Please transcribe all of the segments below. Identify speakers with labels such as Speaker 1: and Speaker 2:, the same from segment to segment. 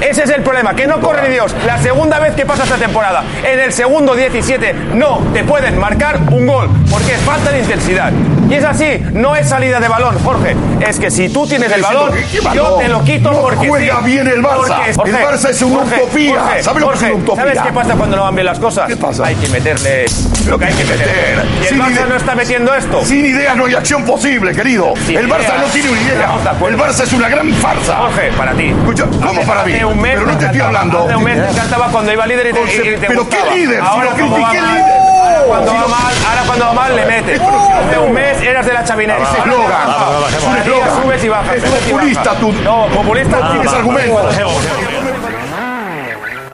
Speaker 1: Ese es el problema, que no corre ni Dios. La segunda vez que pasa esta temporada, en el segundo 17 no te pueden marcar un gol, porque es falta de intensidad. Y es así, no es salida de balón, Jorge. Es que si tú tienes el
Speaker 2: Ese
Speaker 1: balón,
Speaker 2: no- ¿qué balón?
Speaker 1: yo te lo quito
Speaker 2: No
Speaker 1: porque
Speaker 2: juega
Speaker 1: sí.
Speaker 2: bien el Barça.
Speaker 1: Porque-
Speaker 2: El Barça es una utopía. ¿Sabe lo que es una utopía?
Speaker 1: ¿Sabes qué pasa cuando no van bien las cosas?
Speaker 2: ¿Qué pasa?
Speaker 1: Hay que meterle lo que hay que meter. Y el
Speaker 2: Sin
Speaker 1: Barça
Speaker 2: idea.
Speaker 1: no está metiendo esto.
Speaker 2: Sin ideas no hay acción posible, querido.
Speaker 1: Sin
Speaker 2: el Barça
Speaker 1: ideas.
Speaker 2: no tiene una
Speaker 1: Estamos de
Speaker 2: idea.
Speaker 1: acuerdo.
Speaker 2: El Barça es una gran farsa.
Speaker 1: Jorge, para ti.
Speaker 2: Escucha, ¿cómo
Speaker 1: Hace-
Speaker 2: para mí?
Speaker 1: hace un mes
Speaker 2: Pero no
Speaker 1: me
Speaker 2: te estoy
Speaker 1: encantaba.
Speaker 2: hablando. ¿Eh?
Speaker 1: Hace un mes te encantaba cuando iba líder y te, y te
Speaker 2: Pero
Speaker 1: gustaba.
Speaker 2: qué líder, si
Speaker 1: Ahora
Speaker 2: lo
Speaker 1: cuando va
Speaker 2: critiqué,
Speaker 1: mal-
Speaker 2: líder.
Speaker 1: ahora cuando
Speaker 2: Si
Speaker 1: va
Speaker 2: lo-
Speaker 1: mal, ahora cuando va mal le metes.
Speaker 2: Esto no quiero
Speaker 1: Hace un mes eras de la chavinera.
Speaker 2: Ese
Speaker 1: Ahora
Speaker 2: eslogan.
Speaker 1: te bajaba.
Speaker 2: Ah, bajemos. Es un
Speaker 1: Ahora
Speaker 2: eslogan.
Speaker 1: ya Subes y bajas.
Speaker 2: Es
Speaker 1: subes y
Speaker 2: populista
Speaker 1: bajas.
Speaker 2: tú. Ah,
Speaker 1: No, populista tú.
Speaker 2: Tienes argumentos.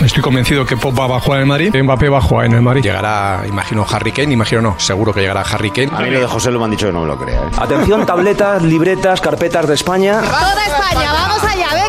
Speaker 3: Estoy convencido que Pop va a jugar en el Madrid, Mbappé va a jugar en el Madrid. Llegará, imagino, Harry Kane, imagino no, seguro que llegará Harry Kane.
Speaker 4: A mí lo de José lo me han dicho que no me lo crea. ¿eh?
Speaker 5: Atención, tabletas, libretas, carpetas de España.
Speaker 6: Toda España, vamos allá, venga.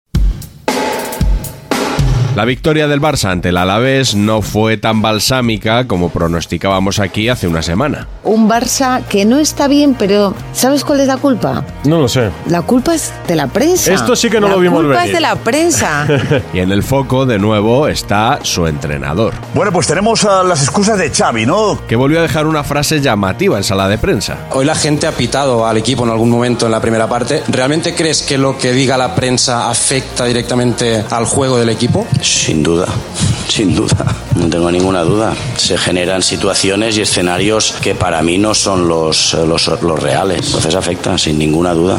Speaker 7: La victoria del Barça ante el Alavés no fue tan balsámica como pronosticábamos aquí hace una semana.
Speaker 6: Un Barça que no está bien, pero ¿sabes cuál es la culpa?
Speaker 3: No lo sé.
Speaker 6: La culpa es de la prensa.
Speaker 3: Esto sí que no
Speaker 6: la
Speaker 3: lo vimos
Speaker 6: culpa
Speaker 3: venir.
Speaker 6: es de la prensa.
Speaker 7: Y en el foco, de nuevo, está su entrenador,
Speaker 2: Bueno, pues tenemos
Speaker 3: ah,
Speaker 2: a las excusas de Xavi, ¿no?
Speaker 7: que volvió a dejar una frase llamativa en sala de prensa.
Speaker 8: Hoy la gente ha pitado al equipo en algún momento en la primera parte. ¿Realmente crees que lo que diga la prensa afecta directamente al juego del equipo?
Speaker 4: Sin duda, sin duda. No tengo ninguna duda. Se generan situaciones y escenarios que para mí no son los, los, los reales. Entonces afecta, sin ninguna duda.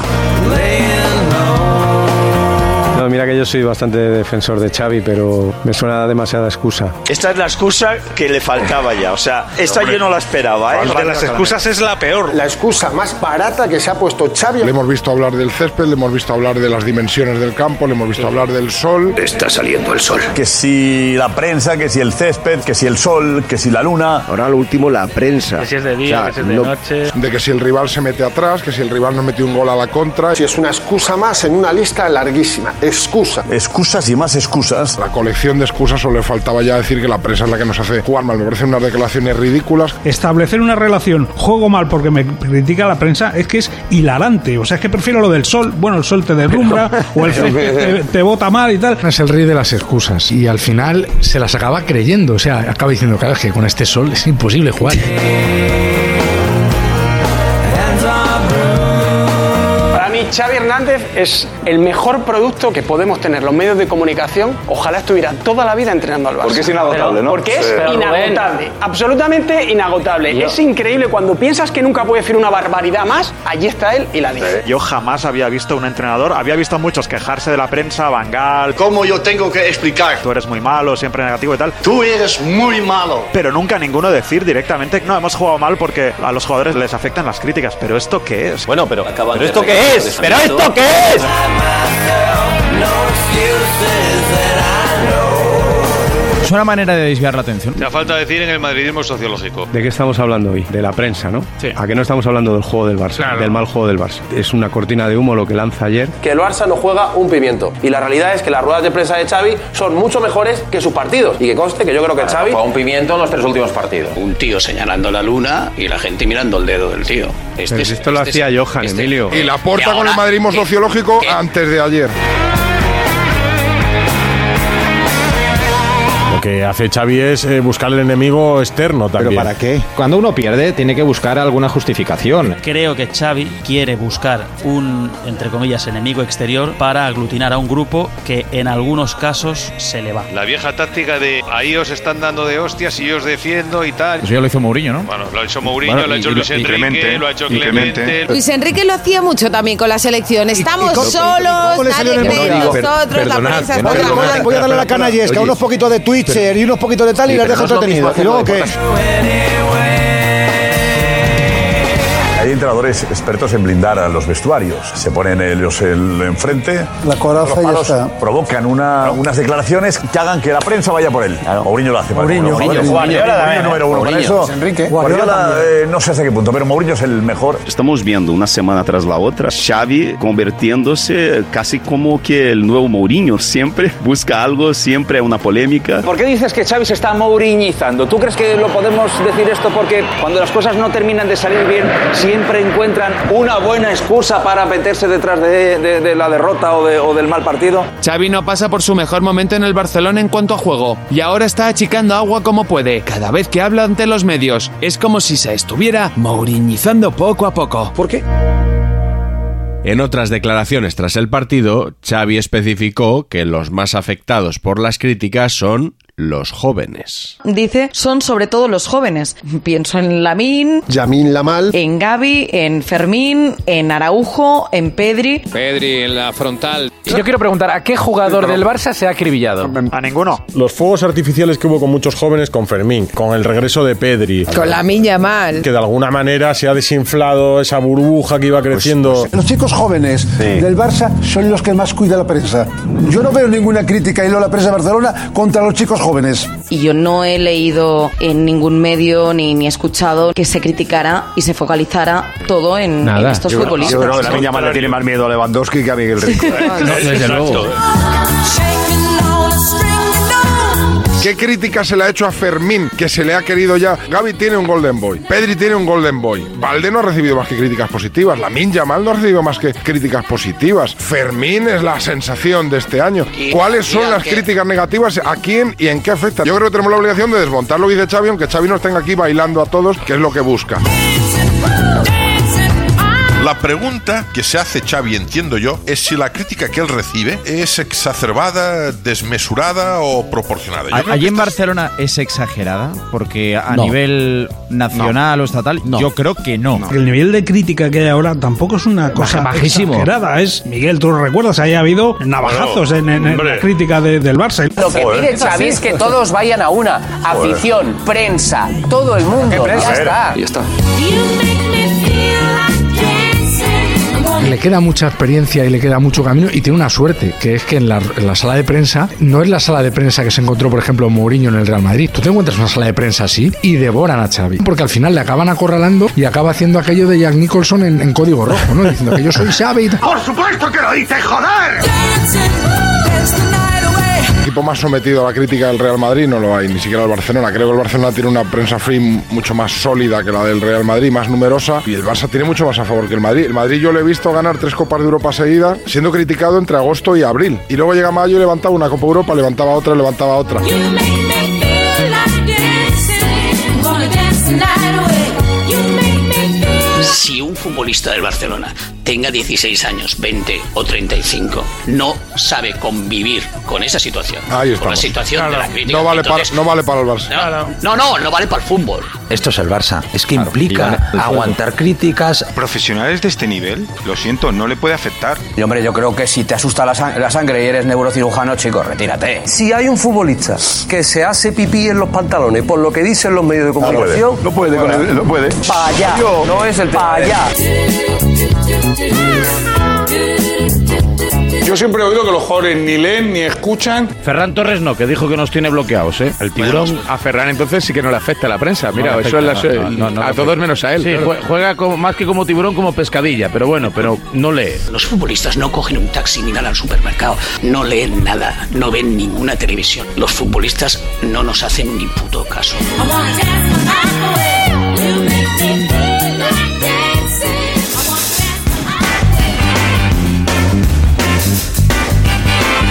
Speaker 5: No, mira que yo soy bastante defensor de Xavi, pero me suena demasiada excusa.
Speaker 4: Esta es la excusa que le faltaba ya. O sea, esta yo no la esperaba. ¿eh? De las excusas es la peor.
Speaker 2: La excusa más barata que se ha puesto Xavi. Le hemos visto hablar del césped, le hemos visto hablar de las dimensiones del campo, le hemos visto hablar del sol.
Speaker 4: Está saliendo el sol.
Speaker 2: Que si la prensa, que si el césped, que si el sol, que si la luna.
Speaker 4: Ahora lo último, la prensa.
Speaker 5: Que si es de día, que si es de noche.
Speaker 2: De que si el rival se mete atrás, que si el rival nos metió un gol a la contra.
Speaker 4: es una excusa más en una lista larguísima. Excusa.
Speaker 2: Excusas y más excusas. La colección de excusas solo le faltaba ya decir que la prensa es la que nos hace jugar mal. Me parecen unas declaraciones ridículas.
Speaker 3: Establecer una relación, juego mal porque me critica la prensa, es que es hilarante. O sea, es que prefiero lo del sol. Bueno, el sol te derrumbra o el césped te, te bota mal y tal. Es el rey de las excusas y al final se las acaba creyendo. O sea, acaba diciendo, claro, que con este sol es imposible jugar.
Speaker 1: Para mí, Xavi Hernández es el mejor producto que podemos tener los medios de comunicación. Ojalá estuviera toda la vida entrenando al Barça. Porque es inagotable, ¿no? Porque es inagotable, absolutamente inagotable. Es increíble cuando piensas que nunca puede decir una barbaridad más, allí está él y la dice.
Speaker 4: Yo jamás había visto un entrenador, había visto a muchos quejarse de la prensa, Bangal,
Speaker 2: ¿Cómo yo tengo que explicar?
Speaker 4: tú eres muy malo, siempre negativo y tal,
Speaker 2: Tú eres muy malo.
Speaker 4: pero nunca ninguno decir directamente, no, hemos jugado mal porque a los jugadores les afectan las críticas, pero ¿esto qué es? Bueno, pero, ¿pero esto qué es? ¿Pero esto qué es?
Speaker 9: una manera de desviar la atención.
Speaker 10: La falta decir en el madridismo sociológico.
Speaker 11: ¿De qué estamos hablando hoy? De la prensa, ¿no? A que no estamos hablando del juego del Barça, del mal juego del Barça. Es una cortina de humo lo que lanza ayer.
Speaker 1: Que el Barça no juega un pimiento. Y la realidad es que las ruedas de prensa de Xavi son mucho mejores que sus partidos. Y que conste que yo creo que Xavi... Juega un pimiento en los tres últimos partidos.
Speaker 12: Un tío señalando la luna y la gente mirando el dedo del tío. Este
Speaker 11: Pero
Speaker 12: es-
Speaker 11: si esto lo
Speaker 12: este es-
Speaker 11: hacía Johan,
Speaker 12: este-
Speaker 11: Emilio.
Speaker 7: Y la
Speaker 12: Y
Speaker 7: porta con el
Speaker 12: ahora-
Speaker 7: madridismo sociológico antes de ayer.
Speaker 13: Lo que hace Xavi es eh, buscar el enemigo externo también.
Speaker 14: ¿Pero para qué? Cuando uno pierde, tiene que buscar alguna justificación.
Speaker 15: Creo que Xavi quiere buscar un, entre comillas, enemigo exterior para aglutinar a un grupo que en algunos casos se le va.
Speaker 10: La vieja táctica de ahí os están dando de hostias y yo os defiendo y tal.
Speaker 9: Eso ya lo hizo Mourinho, ¿no?
Speaker 10: Bueno, lo ha hecho Mourinho,
Speaker 9: Bueno,
Speaker 10: lo ha
Speaker 9: y-
Speaker 10: hecho
Speaker 9: y
Speaker 10: Luis
Speaker 9: lo- y
Speaker 10: Enrique,
Speaker 9: Clemente,
Speaker 10: lo ha hecho
Speaker 9: y
Speaker 10: Clemente.
Speaker 9: Clemente.
Speaker 16: Luis Enrique lo hacía mucho también con la selección. Estamos
Speaker 10: cómo-
Speaker 16: solos,
Speaker 10: cómo le salió
Speaker 16: nadie
Speaker 10: en el
Speaker 16: cree en
Speaker 10: Mundial? Per-
Speaker 16: nosotros, la
Speaker 10: perdonad,
Speaker 16: prensa
Speaker 10: que
Speaker 16: es
Speaker 10: no
Speaker 16: por
Speaker 10: te
Speaker 16: la
Speaker 10: lo
Speaker 16: mala.
Speaker 17: Voy a darle a la
Speaker 10: Pero, pero,
Speaker 17: canalla
Speaker 10: oye,
Speaker 17: que unos poquitos de Twitcher y unos poquitos de tal y
Speaker 10: Sí,
Speaker 17: les
Speaker 10: pero
Speaker 17: dejo
Speaker 10: no es lo mismo
Speaker 17: entretenidos. ¿Y luego qué?
Speaker 10: hacerlo
Speaker 2: Hay entrenadores expertos en blindar a los vestuarios. Se ponen ellos el, enfrente.
Speaker 17: La coraza
Speaker 2: los
Speaker 17: ya
Speaker 2: palos
Speaker 17: está.
Speaker 2: provocan una- unas declaraciones que hagan que la prensa vaya por él. Mourinho lo hace. para
Speaker 17: Mourinho.
Speaker 2: algunos jugadores.
Speaker 17: Mourinho. Guardiola
Speaker 2: Mourinho
Speaker 17: también,
Speaker 2: número uno. Para
Speaker 17: Mourinho.
Speaker 2: eso,
Speaker 17: Luis Enrique.
Speaker 2: Guardiola,
Speaker 17: Guardiola también.
Speaker 2: eh, no sé hasta qué punto, pero Mourinho es el mejor.
Speaker 4: Estamos viendo una semana tras la otra Xavi convirtiéndose casi como que el nuevo Mourinho siempre busca algo, siempre una polémica.
Speaker 1: ¿Por qué dices que Xavi se está mouriñizando? ¿Tú crees que lo podemos decir esto porque cuando las cosas no terminan de salir bien, siempre encuentran una buena excusa para meterse detrás de, de- de la derrota o, de- o del mal partido?
Speaker 8: Xavi no pasa por su mejor momento en el Barcelona en cuanto a juego y ahora está achicando agua como puede. Cada vez que habla ante los medios es como si se estuviera mouriñizando poco a poco. ¿Por qué?
Speaker 18: En otras declaraciones tras el partido, Xavi especificó que los más afectados por las críticas son los jóvenes.
Speaker 6: Dice, son sobre todo los jóvenes. Pienso en Lamín,
Speaker 17: Yamin Lamal,
Speaker 6: en Gaby, en Fermín, en Araujo, en Pedri.
Speaker 9: Pedri en la frontal.
Speaker 19: Yo quiero preguntar, ¿a qué jugador del Barça se ha acribillado? A ninguno.
Speaker 13: Los fuegos artificiales que hubo con muchos jóvenes, con Fermín, con el regreso de Pedri.
Speaker 6: Con la miña mal.
Speaker 13: Que de alguna manera se ha desinflado esa burbuja
Speaker 10: pues,
Speaker 13: que iba creciendo.
Speaker 17: Los chicos jóvenes del Barça son los que más cuida la prensa. Yo no veo ninguna crítica y lo la prensa de Barcelona contra los chicos jóvenes.
Speaker 6: Y yo no he leído en ningún medio ni, ni he escuchado que se criticara y se focalizara todo en, en estos
Speaker 20: yo, creo-
Speaker 6: futbolistas.
Speaker 20: yo creo que la niña más le tiene más miedo a Lewandowski que a Miguel Rico.
Speaker 6: ¿eh?
Speaker 7: desde luego. ¿Qué crítica se le ha hecho a Fermín? Que se le ha querido ya. Gaby tiene un Golden Boy. Pedri tiene un Golden Boy. Valde no ha recibido más que críticas positivas. Lamin Yamal no ha recibido más que críticas positivas. Fermín es la sensación de este año.
Speaker 21: Y-
Speaker 7: ¿Cuáles
Speaker 21: y
Speaker 7: son las
Speaker 21: aunque-
Speaker 7: críticas negativas? ¿A quién y en qué afecta? Yo creo que tenemos la obligación de desmontar lo que dice Xavi, aunque Xavi nos tenga aquí bailando a todos, que es lo que busca.
Speaker 22: La pregunta que se hace Xavi, entiendo yo, es si la crítica que él recibe es exacerbada, desmesurada o proporcionada. Yo
Speaker 9: A-
Speaker 22: creo
Speaker 9: Allí
Speaker 22: que
Speaker 9: en Barcelona es exagerada porque a
Speaker 23: No.
Speaker 9: nivel nacional o estatal yo creo que no.
Speaker 23: El nivel de crítica que hay ahora tampoco es una cosa
Speaker 9: bajísimo.
Speaker 23: exagerada. Es, Miguel, tú lo recuerdas, haya habido navajazos en-
Speaker 1: Bueno,
Speaker 23: en, en
Speaker 1: hombre.
Speaker 23: la crítica de- del Barça.
Speaker 1: Lo que pide Xavi es que todos vayan a una.
Speaker 23: Joder.
Speaker 1: Afición, prensa, todo el mundo.
Speaker 23: prensa?
Speaker 1: Ya está.
Speaker 23: Ya
Speaker 3: Le queda mucha experiencia y le queda mucho camino y tiene una suerte, que es que en la, en la sala de prensa, no es la sala de prensa que se encontró, por ejemplo, Mourinho en el Real Madrid. Tú te encuentras una sala de prensa así y devoran a Xavi, porque al final le acaban acorralando y acaba haciendo aquello de Jack Nicholson en, en código rojo, ¿no? Diciendo que yo soy Xavi y tal.
Speaker 7: Por supuesto que lo dice, joder. El equipo más sometido a la crítica del Real Madrid no lo hay, ni siquiera el Barcelona. Creo que el Barcelona tiene una prensa free mucho más sólida que la del Real Madrid, más numerosa, y el Barça tiene mucho más a favor que el Madrid. El Madrid yo le he visto ganar tres Copas de Europa seguidas, siendo criticado entre agosto y abril. Y luego llega mayo y levantaba una Copa Europa, levantaba otra, levantaba otra.
Speaker 24: Si un futbolista del Barcelona tenga 16 años, 20 o 35, no sabe convivir con esa situación.
Speaker 7: Ahí
Speaker 24: con la
Speaker 7: estamos.
Speaker 24: situación de la crítica.
Speaker 7: No vale, para,
Speaker 24: Entonces,
Speaker 7: no vale para el Barça.
Speaker 24: no, no, no vale para el fútbol.
Speaker 25: Esto es el Barça. Es que
Speaker 7: implica aguantar
Speaker 25: críticas.
Speaker 26: Profesionales de este nivel, lo siento, no le puede afectar.
Speaker 1: Y hombre, yo creo que si te asusta la, sang- la sangre y eres neurocirujano, chico, retírate.
Speaker 27: Si hay un futbolista que se hace pipí en los pantalones por lo que dicen los medios de comunicación,
Speaker 1: No puede, no puede con el- no puede.
Speaker 27: Para allá,
Speaker 1: Yo-
Speaker 27: ¿eh? no es el tema.
Speaker 1: Pa' allá.
Speaker 27: de-
Speaker 7: Yo
Speaker 28: Yo siempre he oído que los jóvenes ni leen ni escuchan.
Speaker 29: Ferran Torres no, que dijo que nos tiene bloqueados, ¿eh? El tiburón.
Speaker 30: A Ferran entonces sí que no le afecta la prensa. Mira,
Speaker 29: No le
Speaker 30: eso es la
Speaker 29: afecta, no, no, no le
Speaker 30: A
Speaker 29: afecta.
Speaker 30: todos menos a él.
Speaker 29: Sí,
Speaker 30: claro.
Speaker 29: jue- juega como- más que como tiburón, como pescadilla, pero bueno, pero no lee.
Speaker 31: Los futbolistas no cogen un taxi ni van al supermercado, no leen nada, no ven ninguna televisión. Los futbolistas no nos hacen ni puto caso.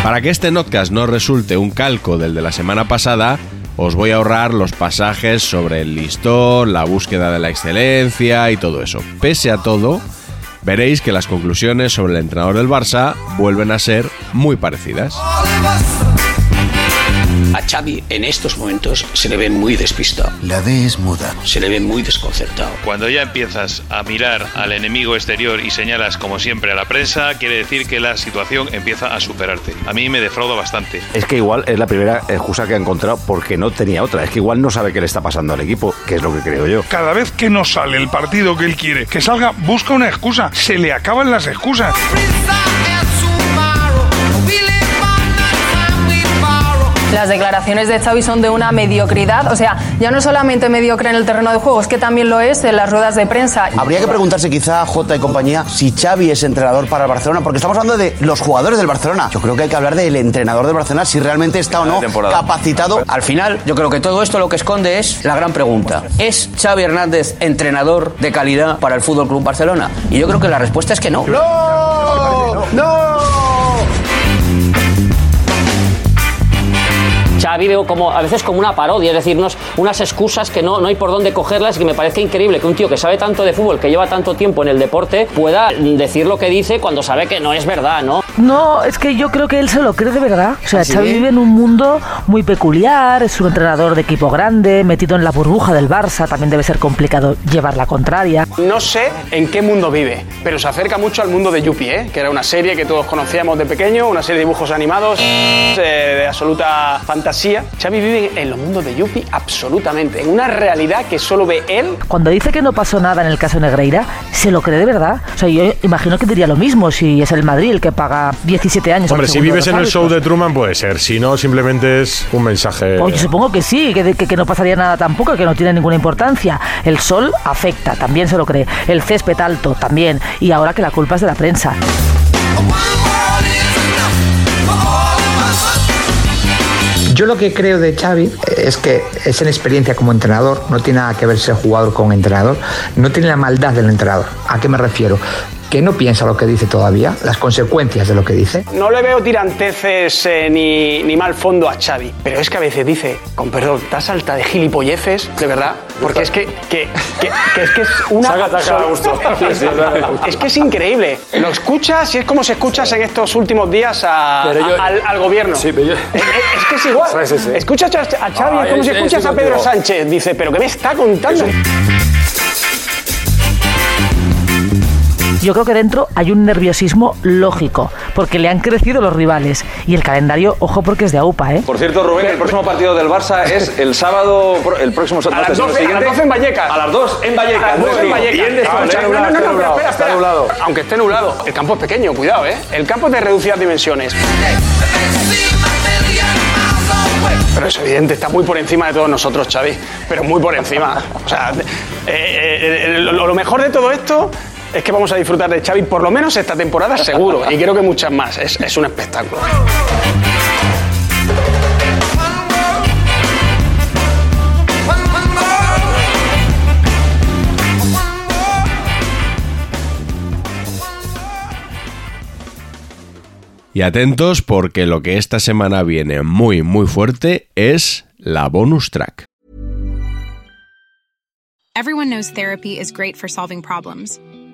Speaker 1: Para que este podcast no resulte un calco del de la semana pasada, os voy a ahorrar los pasajes sobre el listón, la búsqueda de la excelencia y todo eso. Pese a todo, veréis que las conclusiones sobre el entrenador del Barça vuelven a ser muy parecidas.
Speaker 31: A Xavi en estos momentos se le ve muy despistado. La D es muda. Se le ve muy desconcertado.
Speaker 32: Cuando ya empiezas a mirar al enemigo exterior y señalas como siempre a la prensa, quiere decir que la situación empieza a superarte. A mí me defrauda bastante.
Speaker 7: Es que igual es la primera excusa que ha encontrado porque no tenía otra. Es que igual no sabe qué le está pasando al equipo, que es lo que creo yo.
Speaker 33: Cada vez que no sale el partido que él quiere, que salga, busca una excusa. Se le acaban las excusas.
Speaker 34: Las declaraciones de Xavi son de una mediocridad, o sea, ya no solamente mediocre en el terreno de juego, es que también lo es en las ruedas de prensa.
Speaker 35: Habría que preguntarse quizá a Jota y compañía si Xavi es entrenador para el Barcelona, porque estamos hablando de los jugadores del Barcelona. Yo creo que hay que hablar del entrenador del Barcelona, si realmente está o no
Speaker 36: temporada.
Speaker 35: capacitado.
Speaker 36: Al final, yo creo que todo esto lo que esconde es la gran pregunta. ¿Es Xavi Hernández entrenador de calidad para el Fútbol Club Barcelona? Y yo creo que la respuesta es que no.
Speaker 35: ¡No! ¡No!
Speaker 3: Xavi veo como a veces como una parodia, es decir, unos- unas excusas que no, no hay por dónde cogerlas y que me parece increíble que un tío que sabe tanto de fútbol, que lleva tanto tiempo en el deporte, pueda mm, decir lo que dice cuando sabe que no es verdad, ¿no?
Speaker 6: No, es que yo creo que él se lo cree de verdad. O sea,
Speaker 3: ¿Ah, sí?
Speaker 6: Xavi vive en un mundo muy peculiar, es un entrenador de equipo grande, metido en la burbuja del Barça, también debe ser complicado llevar la contraria.
Speaker 2: No sé en qué mundo vive, pero se acerca mucho al mundo de Yuppie, ¿eh? que era una serie que todos conocíamos de pequeño, una serie de dibujos animados eh, de absoluta fantasía. Xavi vive en los mundos de Yuppie absolutamente, en una realidad que solo ve él.
Speaker 6: Cuando dice que no pasó nada en el caso Negreira, se lo cree de verdad. O sea, yo Eh, imagino que diría lo mismo si es el Madrid el que paga 17 años. al
Speaker 37: Hombre, si
Speaker 6: segundo de
Speaker 37: vives
Speaker 6: los
Speaker 37: en el
Speaker 6: árbitros.
Speaker 37: show de Truman puede ser, si no simplemente es un mensaje.
Speaker 6: Pues yo supongo que sí, que, que- que no pasaría nada tampoco, que no tiene ninguna importancia. El sol afecta, también se lo cree. El césped alto, también. Y ahora que la culpa es de la prensa.
Speaker 3: Yo lo que creo de Xavi es que es en experiencia como entrenador, no tiene nada que ver ser jugador con entrenador, no tiene la maldad del entrenador. ¿A qué me refiero? Que no piensa lo que dice todavía, las consecuencias de lo que dice.
Speaker 2: No le veo tiranteces eh, ni, ni mal fondo a Xavi, pero es que a veces dice, con perdón, estás alta de gilipolleces, de verdad, porque es que, que, que- que es que es una...
Speaker 36: Saca, saca, a gusto. Sí, sí, saca, a gusto.
Speaker 2: es que es increíble. Lo escuchas y es como se escuchas en estos últimos días a-
Speaker 36: Pero yo-
Speaker 2: a- al, al gobierno.
Speaker 36: Sí, pero yo-
Speaker 2: es, es- es que es igual.
Speaker 36: Sí, sí, sí.
Speaker 2: Escuchas a, a Xavi
Speaker 36: Ah,
Speaker 2: es como si
Speaker 36: es- es
Speaker 2: escuchas a Pedro
Speaker 36: igual.
Speaker 2: Sánchez. Dice, pero ¿qué me está contando?
Speaker 6: Yo creo que dentro hay un nerviosismo lógico, porque le han crecido los rivales. Y el calendario, ojo porque es de AUPA, ¿eh?
Speaker 38: Por cierto, Rubén, el próximo partido del Barça es el sábado, pro- el próximo sábado.
Speaker 2: A las 12, a las 12 en Vallecas.
Speaker 38: A las 2 en Vallecas.
Speaker 2: A las 12 en
Speaker 38: Bueno,
Speaker 2: Vallecas.
Speaker 38: bien
Speaker 2: Ah,
Speaker 38: despacho.
Speaker 2: está
Speaker 38: No, no,
Speaker 2: nublado,
Speaker 38: no,
Speaker 2: está
Speaker 38: pero
Speaker 2: nublado,
Speaker 38: espera,
Speaker 2: está
Speaker 38: espera.
Speaker 2: nublado. Aunque esté nublado, el campo es pequeño, cuidado, ¿eh? El campo es de reducidas dimensiones. Pero es evidente, está muy por encima de todos nosotros, Xavi. Pero muy por encima. O sea, eh, eh, eh, lo, lo mejor de todo esto es que vamos a disfrutar de Xavi, por lo menos esta temporada seguro. Y creo que muchas más. Es, es un espectáculo.
Speaker 1: Y atentos porque lo que esta semana viene muy muy fuerte es la bonus track.
Speaker 6: Everyone knows therapy is great for solving problems,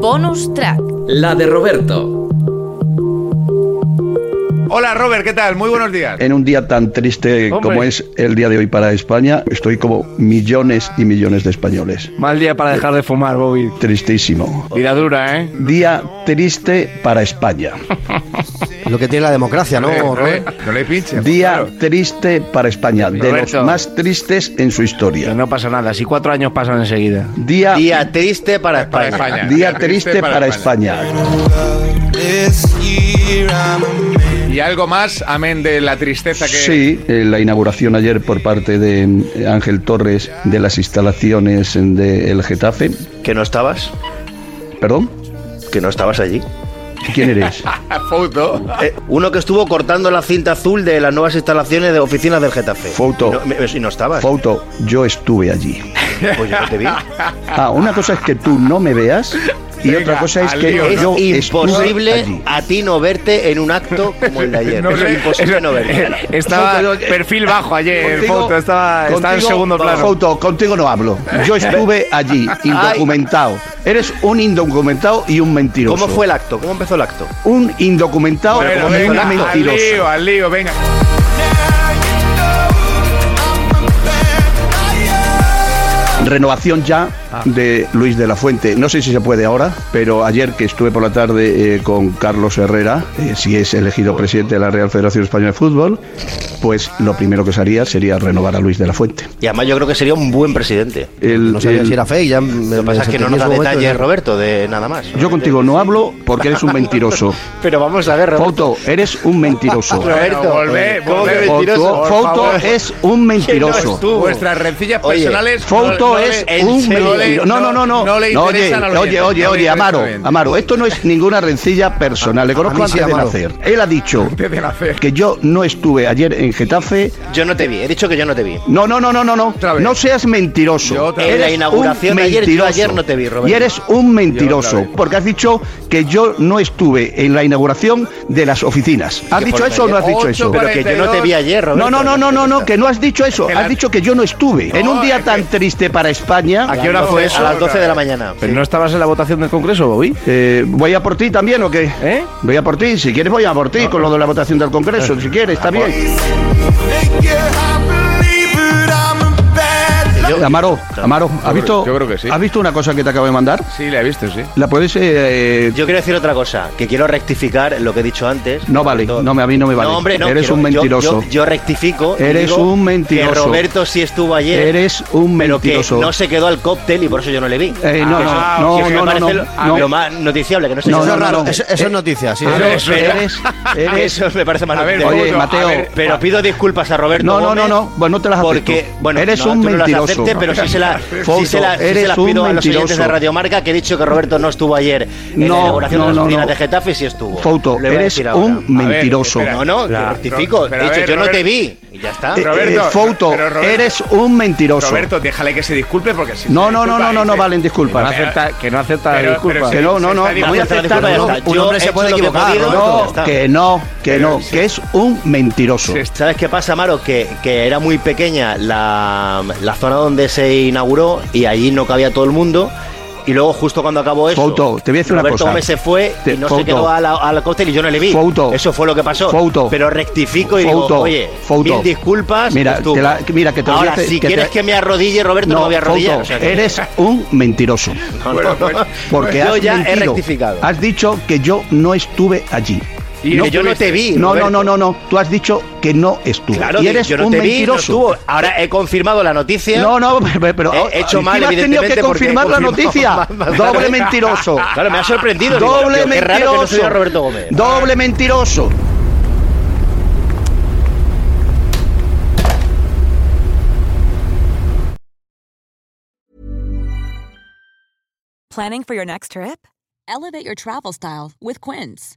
Speaker 2: Bonus track. La de Roberto.
Speaker 39: Hola Robert, ¿qué tal? Muy buenos días.
Speaker 2: En un día tan triste
Speaker 39: Hombre.
Speaker 2: como es el día de hoy para España, estoy como millones y millones de españoles.
Speaker 40: Mal día para dejar de fumar, Bobby.
Speaker 2: Tristísimo.
Speaker 40: Vida dura, ¿eh?
Speaker 2: Día triste para España.
Speaker 41: Lo que tiene la democracia, ¿no? Robert?
Speaker 2: No le pinches. Día triste para España, de
Speaker 40: pues Roberto.
Speaker 2: los más tristes en su historia.
Speaker 40: No pasa nada, si cuatro años pasan enseguida.
Speaker 2: Día,
Speaker 40: Día triste para España.
Speaker 2: Día triste para España.
Speaker 42: ¿Y algo más, amén de la tristeza que...
Speaker 2: Sí, eh, la inauguración ayer por parte de eh, Ángel Torres de las instalaciones del Getafe.
Speaker 1: ¿Que no estabas?
Speaker 2: ¿Perdón?
Speaker 1: ¿Que no estabas allí?
Speaker 2: ¿Quién eres?
Speaker 1: Foto. uno que estuvo cortando la cinta azul de las nuevas instalaciones de oficinas del Getafe.
Speaker 2: Foto.
Speaker 1: Y no, me- y no estabas.
Speaker 2: Foto, yo estuve allí.
Speaker 1: Pues yo no te vi.
Speaker 2: Ah, una cosa es que tú no me veas y otra cosa es que
Speaker 1: es
Speaker 2: yo estuve
Speaker 1: imposible
Speaker 2: allí.
Speaker 1: a ti no verte en un acto como el de ayer.
Speaker 40: No
Speaker 1: es
Speaker 40: sé.
Speaker 1: imposible no verte.
Speaker 40: Estaba
Speaker 1: Foto, yo-
Speaker 40: perfil bajo ayer,
Speaker 1: Contigo-
Speaker 40: Eh, foto, estaba, estaba en
Speaker 2: Contigo-
Speaker 40: segundo plano.
Speaker 2: Fouto, contigo no hablo. Yo estuve allí, indocumentado. Eres un indocumentado y un mentiroso.
Speaker 1: ¿Cómo fue el acto? ¿Cómo empezó el acto?
Speaker 2: Un indocumentado
Speaker 1: Bueno,
Speaker 2: y
Speaker 1: venga,
Speaker 2: una
Speaker 1: al
Speaker 2: mentirosa.
Speaker 42: lío, al lío, venga.
Speaker 2: Renovación ya
Speaker 40: Ah.
Speaker 2: de Luis de la Fuente. No sé si se puede ahora, pero ayer que estuve por la tarde eh, con Carlos Herrera, eh, si es elegido presidente de la Real Federación Española de Fútbol, pues lo primero que se haría sería renovar a Luis de la Fuente.
Speaker 1: Y además yo creo que sería un buen presidente.
Speaker 2: El-
Speaker 1: no sabía
Speaker 2: el-
Speaker 1: si era
Speaker 41: fe y ya
Speaker 1: Lo que pasa es que no nos da detalles, Roberto, de nada más.
Speaker 2: Yo contigo no hablo porque eres un mentiroso.
Speaker 1: Pero vamos a ver,
Speaker 2: Foto, eres un mentiroso.
Speaker 1: Roberto,
Speaker 2: volvé,
Speaker 1: ¿cómo
Speaker 2: volvé.
Speaker 1: que mentiroso?
Speaker 2: Foto,
Speaker 1: Por
Speaker 2: Foto
Speaker 1: favor.
Speaker 2: es un mentiroso.
Speaker 1: Que no estuvo.
Speaker 8: Vuestras rencillas
Speaker 2: Oye,
Speaker 8: personales no-
Speaker 2: Foto
Speaker 8: no le-
Speaker 2: es
Speaker 8: en
Speaker 2: un
Speaker 8: serio, no le-
Speaker 2: mentiroso. No, no, no, no.
Speaker 8: no le
Speaker 2: No,
Speaker 8: interesan al
Speaker 2: oye, oye, oye,
Speaker 8: oyente, no le
Speaker 2: oye,
Speaker 8: interesan
Speaker 2: Amaro,
Speaker 8: al oyente.
Speaker 2: Amaro, esto no es ninguna rencilla personal. Le conozco
Speaker 1: a mí sí,
Speaker 2: antes de
Speaker 1: Amaro.
Speaker 2: nacer. Él ha dicho que yo no estuve ayer en Getafe.
Speaker 1: Yo no te vi, he dicho que yo no te vi.
Speaker 2: No, no, no, no, no, no. No seas mentiroso.
Speaker 1: vez. En la
Speaker 2: un
Speaker 1: inauguración de ayer, yo ayer no te vi, Roberto.
Speaker 2: Y eres un mentiroso, porque has dicho que yo no estuve en la inauguración de las oficinas. ¿Has
Speaker 1: Que
Speaker 2: dicho
Speaker 1: por
Speaker 2: eso o no has dicho eso?
Speaker 1: 8.42. Pero que yo no te vi ayer, Roberto.
Speaker 2: No, no, no, no, no, no, que no has dicho eso. Has dicho que yo no estuve. en un día tan triste para España.
Speaker 1: ¿A qué hora fue eso? A las 12 de la mañana.
Speaker 2: ¿Pero no estabas en la votación del Congreso, Bobby? ¿Voy a por ti también o qué? Voy a por ti, si quieres voy a por ti con lo de la votación del Congreso, si quieres, está bien. Amaro, Amaro, ¿has
Speaker 42: creo-
Speaker 2: visto,
Speaker 42: yo creo que sí.
Speaker 2: ¿has visto una cosa que te acabo de mandar?
Speaker 42: Sí, la he visto, sí.
Speaker 2: ¿La puedes...? eh,
Speaker 1: Yo quiero decir otra cosa, que quiero rectificar lo que he dicho antes.
Speaker 2: No vale, no, me- a mí no me vale.
Speaker 1: No, hombre, no.
Speaker 2: Eres
Speaker 1: quiero-
Speaker 2: un
Speaker 1: yo-
Speaker 2: mentiroso.
Speaker 1: Yo, yo rectifico. y
Speaker 2: Eres
Speaker 1: digo
Speaker 2: un mentiroso.
Speaker 1: Que Roberto sí estuvo ayer.
Speaker 2: Eres un
Speaker 1: pero que
Speaker 2: mentiroso.
Speaker 1: no se quedó al cóctel y por eso yo no le vi.
Speaker 2: Eh, no, no,
Speaker 1: Ah,
Speaker 2: no,
Speaker 1: eso me
Speaker 2: no, no,
Speaker 1: parece
Speaker 2: no,
Speaker 1: lo-
Speaker 2: no.
Speaker 1: Lo más noticiable, que no sé
Speaker 2: No,
Speaker 1: si
Speaker 2: no,
Speaker 1: es
Speaker 2: no,
Speaker 1: raro.
Speaker 2: no.
Speaker 1: Eso-
Speaker 2: Eh,
Speaker 1: eso es noticia, sí.
Speaker 2: a
Speaker 1: Eso-
Speaker 2: ver,
Speaker 1: eso-
Speaker 2: eres- eres-
Speaker 1: Eso me parece más
Speaker 2: A ver,
Speaker 1: noticiable.
Speaker 2: Oye, Mateo, a ver,
Speaker 1: Pero pido disculpas a Roberto
Speaker 2: No, no, no,
Speaker 1: Gómez
Speaker 2: no, oh, bueno, no te las acepto.
Speaker 1: Porque, bueno,
Speaker 2: Ah, Eres
Speaker 1: no,
Speaker 2: un
Speaker 1: tú no las
Speaker 2: mentiroso.
Speaker 1: aceptes, pero sí se, la- sí
Speaker 2: Fouto,
Speaker 1: se la- sí se
Speaker 2: eres
Speaker 1: las
Speaker 2: un
Speaker 1: pido a los oyentes
Speaker 2: mentiroso.
Speaker 1: de Radiomarca que he dicho que Roberto no estuvo ayer en
Speaker 2: No,
Speaker 1: la inauguración
Speaker 2: no,
Speaker 1: de las
Speaker 2: no,
Speaker 1: oficinas
Speaker 2: no.
Speaker 1: de Getafe y sí estuvo.
Speaker 2: Fouto,
Speaker 1: Le voy a
Speaker 2: eres
Speaker 1: decir ahora.
Speaker 2: un mentiroso.
Speaker 1: No, no, yo
Speaker 2: Claro.
Speaker 1: rectifico.
Speaker 2: Pero
Speaker 1: He
Speaker 2: a
Speaker 1: dicho,
Speaker 2: ver,
Speaker 1: yo no
Speaker 2: Roberto.
Speaker 1: te vi. Y ya está.
Speaker 2: Eh, eh, Fouto,
Speaker 1: pero Roberto-
Speaker 2: eres un mentiroso.
Speaker 40: Roberto, déjale que se disculpe porque si
Speaker 2: No, no, no, no, no, no valen disculpas.
Speaker 40: Que no acepta- que no acepta la disculpa.
Speaker 2: Que no, no, no.
Speaker 40: Se está
Speaker 2: Voy a
Speaker 40: disculpando,
Speaker 2: aceptar.
Speaker 40: ya
Speaker 2: no,
Speaker 40: está. Yo he hecho lo que he podido, ya
Speaker 2: No,
Speaker 40: está.
Speaker 2: que no, que no, que es un mentiroso.
Speaker 1: ¿Sabes qué pasa, Maro? Que, que era muy pequeña la, la zona donde se inauguró y allí no cabía todo el mundo. Y luego, justo cuando acabó eso,
Speaker 2: Fouto, te voy a decir una
Speaker 1: Roberto
Speaker 2: cosa.
Speaker 1: Gómez se fue
Speaker 2: Te-
Speaker 1: y no
Speaker 2: Fouto.
Speaker 1: se quedó a la- al cóctel y yo no le vi.
Speaker 2: Fouto.
Speaker 1: Eso fue lo que pasó.
Speaker 2: Fouto.
Speaker 1: Pero rectifico y digo,
Speaker 2: Fouto,
Speaker 1: oye,
Speaker 2: Fouto.
Speaker 1: mil disculpas.
Speaker 2: Mira,
Speaker 1: estuvo.
Speaker 2: te la- mira, que te voy a
Speaker 1: Ahora,
Speaker 2: hacer-
Speaker 1: si
Speaker 2: que te-
Speaker 1: quieres que me arrodille, Roberto, no, me voy a arrodillar.
Speaker 2: Fouto,
Speaker 1: o sea que-
Speaker 2: eres un mentiroso.
Speaker 1: No, no, no.
Speaker 2: Porque
Speaker 1: yo
Speaker 2: has
Speaker 1: ya he
Speaker 2: mentido.
Speaker 1: rectificado.
Speaker 2: Has dicho que yo no estuve allí.
Speaker 1: Y que yo no te vi,
Speaker 2: No, no,
Speaker 1: Roberto.
Speaker 2: no, no, no. Tú has dicho que no estuve.
Speaker 1: Claro,
Speaker 2: y eres
Speaker 1: yo no
Speaker 2: un
Speaker 1: te vi, no
Speaker 2: mentiroso.
Speaker 1: estuvo. Ahora he confirmado la noticia.
Speaker 2: No, no, pero- pero
Speaker 1: he hecho mal,
Speaker 2: encima has tenido
Speaker 1: evidentemente,
Speaker 2: que
Speaker 1: porque he
Speaker 2: confirmar la
Speaker 1: confirmado
Speaker 2: noticia.
Speaker 1: mal, mal,
Speaker 2: Doble
Speaker 1: claro.
Speaker 2: mentiroso.
Speaker 1: Claro, me ha sorprendido. digo,
Speaker 2: Doble
Speaker 1: tío, qué raro que no
Speaker 2: mentiroso.
Speaker 1: estuviera Roberto Gómez.
Speaker 2: Doble mentiroso.
Speaker 43: Planning for your next trip? Elevate your travel style with Quince.